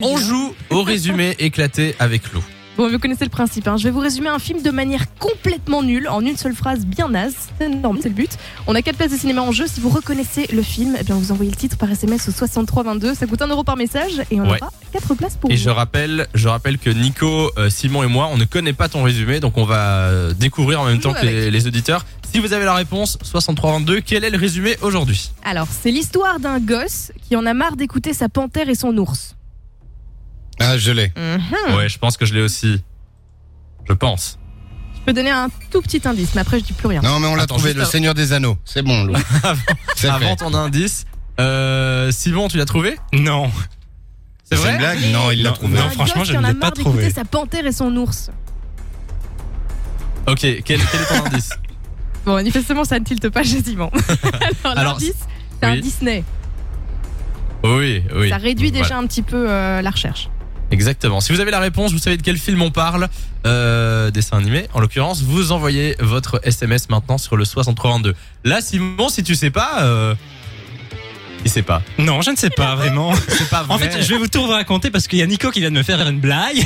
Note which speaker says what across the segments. Speaker 1: On joue au résumé éclaté avec l'eau.
Speaker 2: Bon, vous connaissez le principe. hein. Je vais vous résumer un film de manière complètement nulle, en une seule phrase bien naze. C'est énorme, c'est le but. On a quatre places de cinéma en jeu. Si vous reconnaissez le film, eh bien, vous envoyez le titre par SMS au 6322. Ça coûte un euro par message et on
Speaker 1: Ouais.
Speaker 2: aura quatre places pour
Speaker 1: Et
Speaker 2: vous.
Speaker 1: je rappelle, je rappelle que Nico, euh, Simon et moi, on ne connaît pas ton résumé, donc on va euh, découvrir en même
Speaker 2: Joue
Speaker 1: temps que les,
Speaker 2: avec.
Speaker 1: les auditeurs. Si vous avez la réponse, 6322, quel est le résumé aujourd'hui
Speaker 2: Alors, c'est l'histoire d'un gosse qui en a marre d'écouter sa panthère et son ours.
Speaker 3: Ah, je l'ai.
Speaker 2: Hmm.
Speaker 1: Ouais, je pense que je l'ai aussi. Je pense.
Speaker 2: Je peux donner un tout petit indice, mais après, je dis plus rien.
Speaker 3: Non, mais on l'a
Speaker 1: Attends,
Speaker 3: trouvé,
Speaker 1: juste
Speaker 3: le
Speaker 1: avant-
Speaker 3: Seigneur des Anneaux. C'est bon, Lou. C'est
Speaker 1: Avant
Speaker 3: vrai.
Speaker 1: ton indice, euh, Simon, tu l'as trouvé Non. C'est
Speaker 3: C'est une
Speaker 1: vrai
Speaker 3: blague Non, il l'a
Speaker 1: Non,
Speaker 3: trouvé.
Speaker 1: non.
Speaker 2: un
Speaker 4: franchement,
Speaker 2: gosse
Speaker 4: je
Speaker 2: qui en
Speaker 4: ne
Speaker 2: a
Speaker 4: l'ai pas
Speaker 2: marre d'écouter
Speaker 4: trouvé.
Speaker 2: sa panthère et son ours.
Speaker 1: Ok, quel, quel est ton indice
Speaker 2: Bon, manifestement, ça ne tilte pas chez Simon. Alors,
Speaker 1: Alors,
Speaker 2: l'indice, c'est un
Speaker 1: oui.
Speaker 2: Disney.
Speaker 1: Oui, oui.
Speaker 2: Ça réduit
Speaker 1: Voilà.
Speaker 2: déjà un petit peu euh, la recherche.
Speaker 1: Exactement. Si vous avez la réponse, vous savez de quel film on parle, euh, dessin animé en l'occurrence, vous envoyez votre SMS maintenant sur le 6322. Là, Simon, si tu sais pas, euh, il sait pas.
Speaker 4: Non, je ne sais pas vraiment.
Speaker 1: C'est pas vrai.
Speaker 4: En fait, je vais vous tout vous raconter parce qu'il y a Nico qui vient de me faire une blague.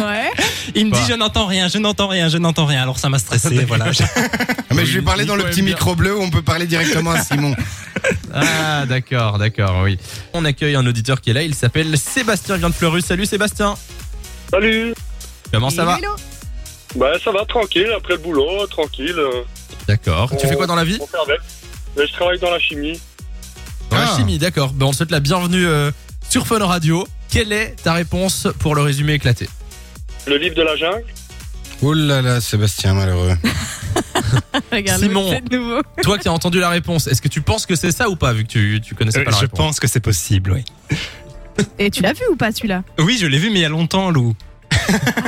Speaker 2: Ouais.
Speaker 4: Il me
Speaker 1: Quoi
Speaker 4: dit je n'entends rien, je n'entends rien, je n'entends rien. Alors ça m'a stressé, voilà.
Speaker 3: Ah, Mais je
Speaker 1: Oui,
Speaker 3: lui parlais dans le
Speaker 1: Nico
Speaker 3: petit
Speaker 1: aime bien.
Speaker 3: micro bleu où on peut parler directement à Simon.
Speaker 1: Ah, d'accord, d'accord, oui. On accueille un auditeur qui est là. Il s'appelle Sébastien vient de Fleurus. Salut, Sébastien.
Speaker 5: Salut
Speaker 1: Comment ça va
Speaker 2: Hello.
Speaker 5: Bah ça va, tranquille, après le boulot, tranquille, euh,
Speaker 1: D'accord. Tu fais quoi dans la vie
Speaker 5: on fait avec. Mais je travaille dans la chimie.
Speaker 1: Dans la
Speaker 3: Ah.
Speaker 1: chimie, d'accord. Ben, on te souhaite la bienvenue euh, sur Fun Radio. Quelle est ta réponse pour le résumé éclaté
Speaker 5: Le livre de la jungle
Speaker 3: Oh là là, Sébastien, malheureux.
Speaker 2: Regarde,
Speaker 1: Simon.
Speaker 2: c'est de nouveau.
Speaker 1: Toi qui as entendu la réponse, est-ce que tu penses que c'est ça ou pas, vu que tu, tu connaissais
Speaker 4: Euh,
Speaker 1: pas la
Speaker 4: je
Speaker 1: réponse
Speaker 4: pense que c'est possible, oui.
Speaker 2: Et tu l'as vu ou pas celui-là
Speaker 4: Oui, je l'ai vu, mais il y a longtemps, Lou.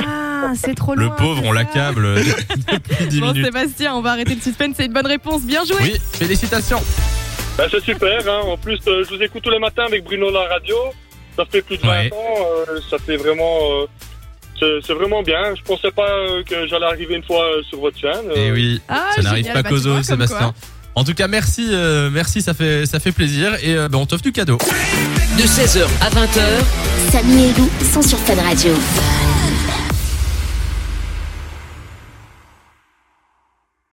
Speaker 2: Ah, c'est trop
Speaker 1: Le
Speaker 2: loin.
Speaker 1: pauvre, on
Speaker 2: c'est ça.
Speaker 1: l'accable euh, depuis 10
Speaker 2: Bon,
Speaker 1: minutes.
Speaker 2: Sébastien, on va arrêter le suspense. C'est une bonne réponse. Bien joué.
Speaker 1: Oui, félicitations.
Speaker 5: Bah c'est super, hein. en plus euh, je vous écoute tous les matins avec Bruno la radio, ça fait plus de 20
Speaker 1: Ouais.
Speaker 5: ans, euh, ça fait vraiment... euh, c'est- c'est vraiment bien, je pensais pas euh, que j'allais arriver une fois euh, sur votre chaîne. euh,
Speaker 1: Et oui,
Speaker 2: Ah,
Speaker 1: ça n'arrive
Speaker 2: génial.
Speaker 1: pas
Speaker 2: Bah,
Speaker 1: qu'aux
Speaker 2: tu vois,
Speaker 1: autres,
Speaker 2: comme
Speaker 1: Sébastien. En tout cas, merci, euh, merci, ça fait, ça fait plaisir. Et euh, ben, on t'offre du cadeau.
Speaker 6: de 16h à 20h.
Speaker 7: Samy et Lou sont sur Fan Radio.